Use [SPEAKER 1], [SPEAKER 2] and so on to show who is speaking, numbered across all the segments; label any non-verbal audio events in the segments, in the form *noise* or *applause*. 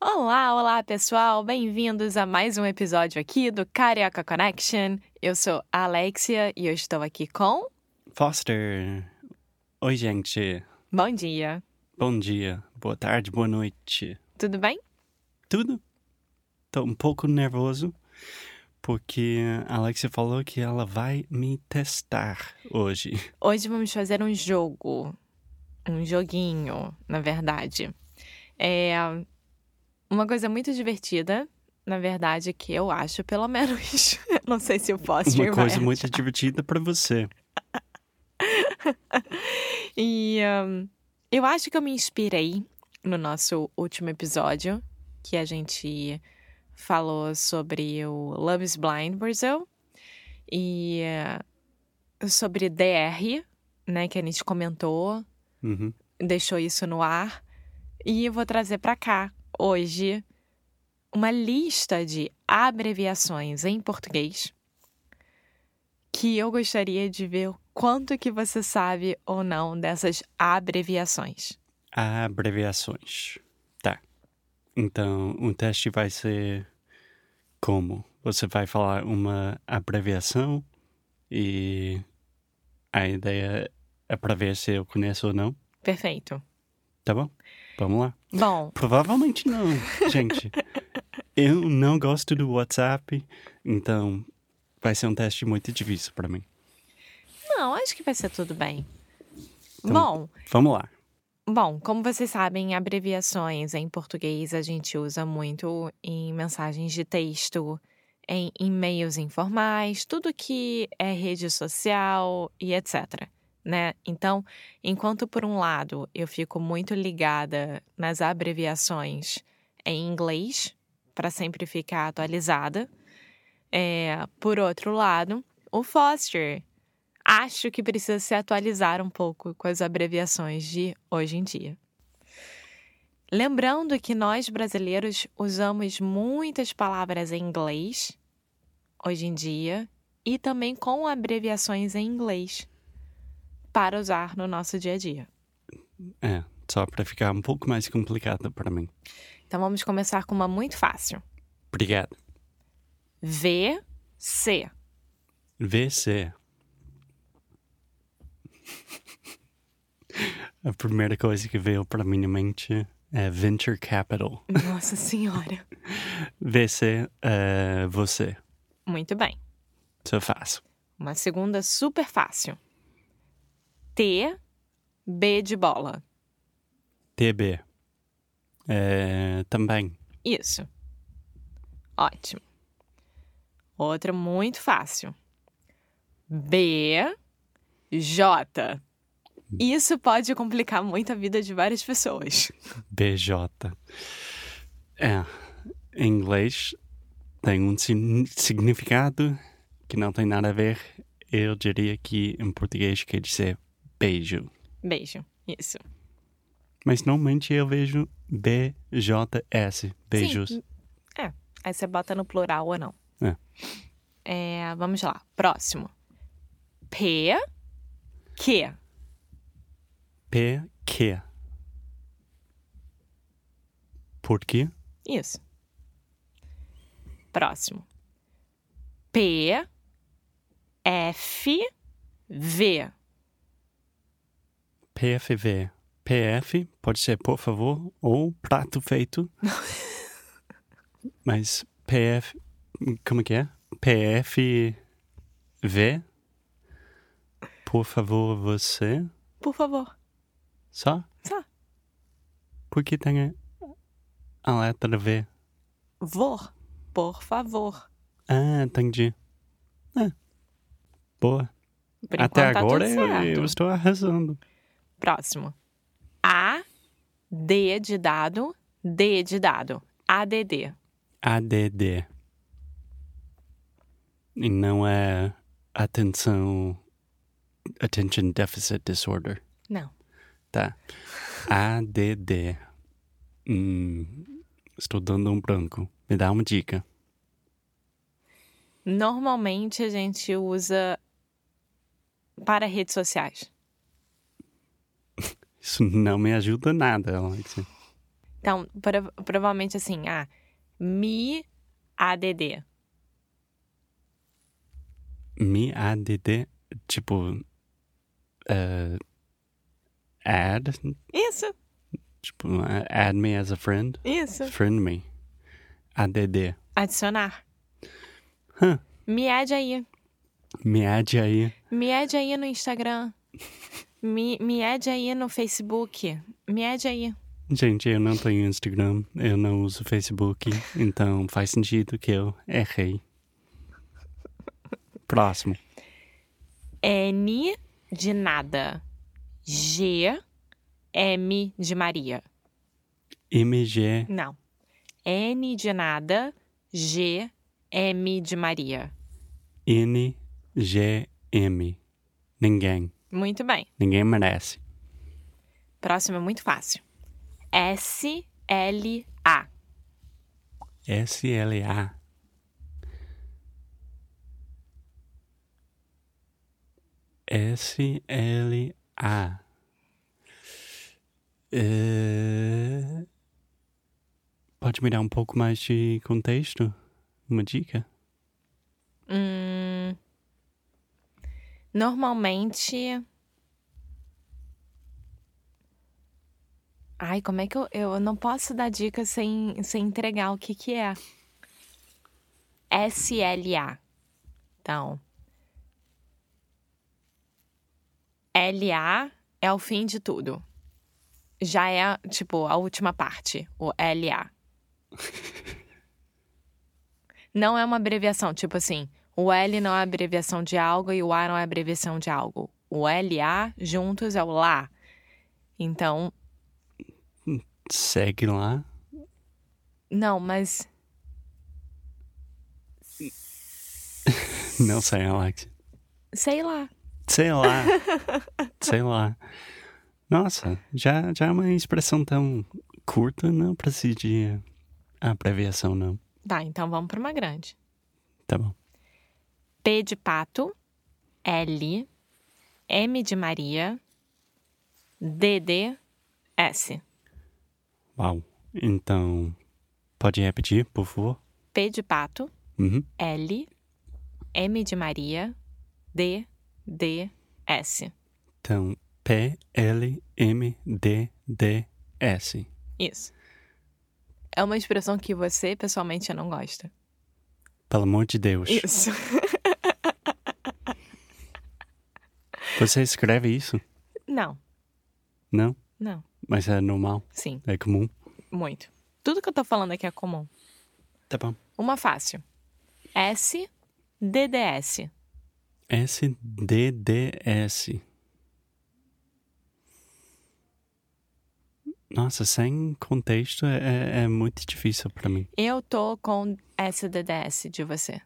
[SPEAKER 1] Olá, olá, pessoal! Bem-vindos a mais um episódio aqui do Carioca Connection. Eu sou a Alexia e eu estou aqui com.
[SPEAKER 2] Foster. Oi, gente.
[SPEAKER 1] Bom dia!
[SPEAKER 2] Bom dia, boa tarde, boa noite.
[SPEAKER 1] Tudo bem?
[SPEAKER 2] Tudo? Tô um pouco nervoso porque a Alexia falou que ela vai me testar hoje.
[SPEAKER 1] Hoje vamos fazer um jogo. Um joguinho, na verdade. É uma coisa muito divertida, na verdade, que eu acho, pelo menos. *laughs* Eu Não sei se eu posso
[SPEAKER 2] Uma
[SPEAKER 1] ir
[SPEAKER 2] coisa
[SPEAKER 1] mais.
[SPEAKER 2] muito divertida pra você.
[SPEAKER 1] E ahn, eu acho que eu me inspirei no nosso último episódio, que a gente falou sobre o Love is Blind Brazil e eh, sobre DR, né, que a gente comentou,
[SPEAKER 2] Uhum.
[SPEAKER 1] deixou isso no ar. E eu vou trazer pra cá hoje uma lista de abreviações em português que eu gostaria de ver o quanto que você sabe ou não dessas abreviações.
[SPEAKER 2] Abreviações. Tá. Então, o teste vai ser como? Você vai falar uma abreviação e a ideia é pra ver se eu conheço ou não,
[SPEAKER 1] Perfeito.
[SPEAKER 2] tá bom? Vamos lá.
[SPEAKER 1] Bom,
[SPEAKER 2] Provavelmente não, gente. Eu não gosto do WhatsApp, então vai ser um teste muito difícil pra mim.
[SPEAKER 1] não, acho que vai ser tudo bem.
[SPEAKER 2] Então-
[SPEAKER 1] Bom,
[SPEAKER 2] Vamos lá.
[SPEAKER 1] bom, como vocês sabem, abreviações em português a gente usa muito em mensagens de texto, em e-mails informais, tudo que é rede social e etc. Né? Então, enquanto por um lado eu fico muito ligada nas abreviações em inglês, para sempre ficar atualizada, é, por outro lado, o Foster acho que precisa se atualizar um pouco com as abreviações de hoje em dia. Lembrando que nós brasileiros usamos muitas palavras em inglês hoje em dia e também com abreviações em inglês para usar no nosso dia a dia.
[SPEAKER 2] É, só pra ficar um pouco mais complicado pra mim.
[SPEAKER 1] Então vamos começar com uma muito fácil.
[SPEAKER 2] Obrigado.
[SPEAKER 1] VC.
[SPEAKER 2] VC. *laughs* A primeira coisa que veio pra minha mente é Venture Capital.
[SPEAKER 1] Nossa *laughs* Senhora.
[SPEAKER 2] VC é você.
[SPEAKER 1] Muito bem.
[SPEAKER 2] Isso eu faço.
[SPEAKER 1] Uma segunda super fácil. T, B de bola.
[SPEAKER 2] TB. É, também.
[SPEAKER 1] Isso. Ótimo. Outra muito fácil. B, J. Isso pode complicar muito a vida de várias pessoas.
[SPEAKER 2] BJ. É, em inglês tem um sin- significado que não tem nada a ver. Eu diria que em português quer dizer beijo.
[SPEAKER 1] Beijo. Isso.
[SPEAKER 2] Mas normalmente eu vejo BJS, beijos.
[SPEAKER 1] Sim. É. Aí você bota no plural ou não.
[SPEAKER 2] É.
[SPEAKER 1] É, vamos lá. Próximo. P, Q.
[SPEAKER 2] PQ. Por quê?
[SPEAKER 1] Isso. Próximo. P F V.
[SPEAKER 2] PFV. PF pode ser por favor ou
[SPEAKER 1] *laughs*
[SPEAKER 2] prato feito. Mas PF. é? Como que é? PFV Por favor, você.
[SPEAKER 1] Por favor.
[SPEAKER 2] Só?
[SPEAKER 1] Só.
[SPEAKER 2] Por que tem a letra V?
[SPEAKER 1] Vor. Por favor.
[SPEAKER 2] Ah, entendi. É. Boa.
[SPEAKER 1] Por
[SPEAKER 2] Até
[SPEAKER 1] enquanto tá
[SPEAKER 2] agora
[SPEAKER 1] tudo
[SPEAKER 2] eu,
[SPEAKER 1] certo.
[SPEAKER 2] eu estou arrasando.
[SPEAKER 1] Próximo. A, D de dado, D de dado. ADD.
[SPEAKER 2] ADD. E não é atenção. Attention Deficit Disorder.
[SPEAKER 1] Não.
[SPEAKER 2] Tá. ADD. Hum, estou dando um branco. Me dá uma dica.
[SPEAKER 1] Normalmente a gente usa para redes sociais.
[SPEAKER 2] Isso não me ajuda nada, Alex.
[SPEAKER 1] Então, prova- provavelmente assim, ah, me ADD.
[SPEAKER 2] Mi ADD. Tipo. eh, add.
[SPEAKER 1] Isso,
[SPEAKER 2] Tipo, eh, add me as a friend.
[SPEAKER 1] isso.
[SPEAKER 2] Friend me. ADD.
[SPEAKER 1] Adicionar.
[SPEAKER 2] Hã?
[SPEAKER 1] Me add aí.
[SPEAKER 2] Me add aí.
[SPEAKER 1] Me add aí no Instagram. Me, me add aí no Facebook. Me add aí.
[SPEAKER 2] Gente, eu não tenho Instagram, eu não uso Facebook, então faz sentido que eu errei. Próximo.
[SPEAKER 1] É N de nada. G, M de Maria.
[SPEAKER 2] MG.
[SPEAKER 1] Não. N de nada, G, M de Maria.
[SPEAKER 2] NGM. Ninguém.
[SPEAKER 1] Muito bem.
[SPEAKER 2] Ninguém merece.
[SPEAKER 1] Próximo é muito fácil. S, L, A.
[SPEAKER 2] SLA. SLA. Eh, Pode me dar um pouco mais de contexto? Uma dica?
[SPEAKER 1] Hum, normalmente. Ai, como é que eu. Eu não posso dar dica sem, sem entregar o que, que é. SLA. Então. LA é o fim de tudo. Já é, tipo, a última parte, o LA. Não é uma abreviação, tipo assim, o L não é abreviação de algo e o A não é abreviação de algo. O LA juntos é o lá. Então,
[SPEAKER 2] Segue lá.
[SPEAKER 1] não, mas
[SPEAKER 2] Não sei, Alex.
[SPEAKER 1] sei lá.
[SPEAKER 2] Sei lá. sei lá. Nossa, já, já é uma expressão tão curta, não precisa de abreviação, não.
[SPEAKER 1] Tá, então vamos para uma grande.
[SPEAKER 2] Tá bom.
[SPEAKER 1] P de pato, L, M de Maria, DD, S.
[SPEAKER 2] Uau. Então, pode repetir, por favor?
[SPEAKER 1] P de pato,
[SPEAKER 2] Uhum.
[SPEAKER 1] L, M de Maria, D, D, S.
[SPEAKER 2] Então, P, L, M, D, D, S.
[SPEAKER 1] Isso. É uma expressão que você pessoalmente não gosta.
[SPEAKER 2] Pelo amor de Deus. *laughs*
[SPEAKER 1] Isso. *laughs*
[SPEAKER 2] Você escreve isso?
[SPEAKER 1] Não,
[SPEAKER 2] Não?
[SPEAKER 1] não.
[SPEAKER 2] Mas é normal,
[SPEAKER 1] Sim,
[SPEAKER 2] é comum.
[SPEAKER 1] muito. Tudo que eu tô falando aqui é comum.
[SPEAKER 2] Tá bom.
[SPEAKER 1] Uma fácil. S, DDS.
[SPEAKER 2] S, D, D, S. Nossa, sem contexto é, é muito difícil pra mim.
[SPEAKER 1] Eu tô com SDDS de você.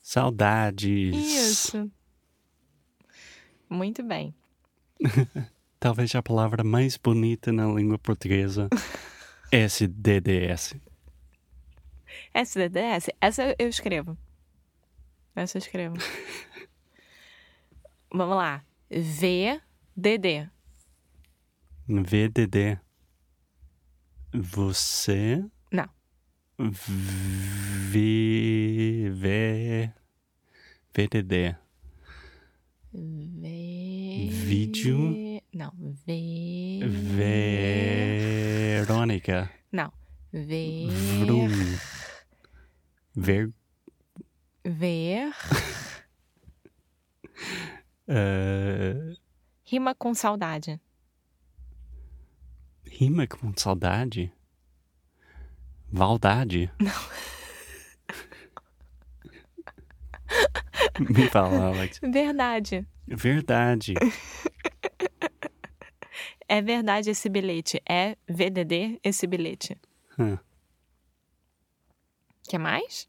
[SPEAKER 2] Saudades.
[SPEAKER 1] Isso. Muito bem.
[SPEAKER 2] Talvez a palavra mais bonita na língua portuguesa. é SDDS.
[SPEAKER 1] SDDS, essa eu- eu escrevo. Essa eu escrevo. Vamos lá. VDD.
[SPEAKER 2] VDD. Você.
[SPEAKER 1] Não.
[SPEAKER 2] V. V. VDD.
[SPEAKER 1] V...
[SPEAKER 2] Vídeo.
[SPEAKER 1] Não, V...
[SPEAKER 2] Verônica.
[SPEAKER 1] Não. V...
[SPEAKER 2] Vrum. Ver.
[SPEAKER 1] Ver.
[SPEAKER 2] Uh,
[SPEAKER 1] Rima com saudade.
[SPEAKER 2] rima com saudade? Valdade? Não. *laughs* Me fala, Alex.
[SPEAKER 1] Verdade.
[SPEAKER 2] Verdade.
[SPEAKER 1] É verdade esse bilhete. É VDD esse bilhete.
[SPEAKER 2] Hã.
[SPEAKER 1] Quer mais?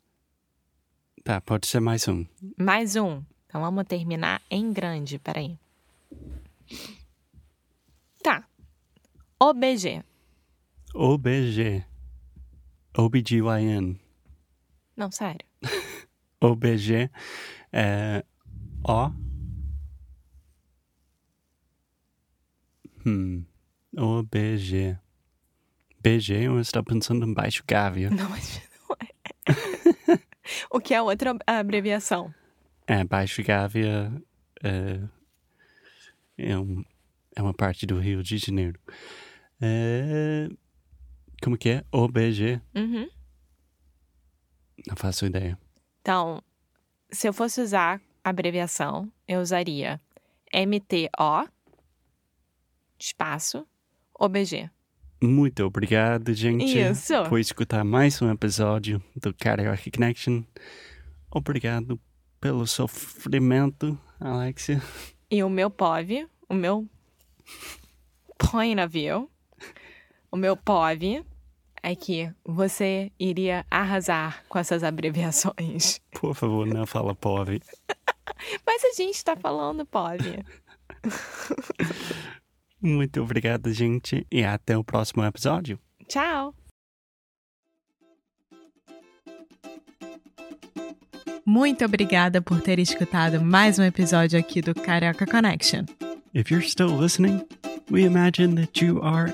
[SPEAKER 2] Tá, pode ser mais um.
[SPEAKER 1] Mais um. Então vamos terminar em grande. Peraí. Tá. OBG.
[SPEAKER 2] OBG. OBGYN.
[SPEAKER 1] Não, sério.
[SPEAKER 2] OBG é O. Hum. OBG. BG, eu estava tá pensando em baixo Gávea.
[SPEAKER 1] Não, mas *laughs* não é.
[SPEAKER 2] *laughs*
[SPEAKER 1] o que é outra abreviação?
[SPEAKER 2] É, baixo Gávea é, é, um, é uma parte do Rio de Janeiro. É, como que é? OBG?
[SPEAKER 1] Uhum.
[SPEAKER 2] Não faço ideia.
[SPEAKER 1] Então, se eu fosse usar abreviação, eu usaria MTO, espaço, OBG.
[SPEAKER 2] Muito obrigado, gente.
[SPEAKER 1] Isso.
[SPEAKER 2] por escutar mais um episódio do Karaoke Connection. Obrigado pelo sofrimento, Alexia.
[SPEAKER 1] E o meu POV, o meu point of view, o meu POV é que você iria arrasar com essas abreviações. *laughs*
[SPEAKER 2] Por favor, não fala pobre.
[SPEAKER 1] Mas a gente tá falando POV.
[SPEAKER 2] Muito obrigado, gente, e até o próximo episódio.
[SPEAKER 1] Tchau! Muito obrigada por ter escutado mais um episódio aqui do Carioca Connection.
[SPEAKER 2] If you're still listening, we imagine that you are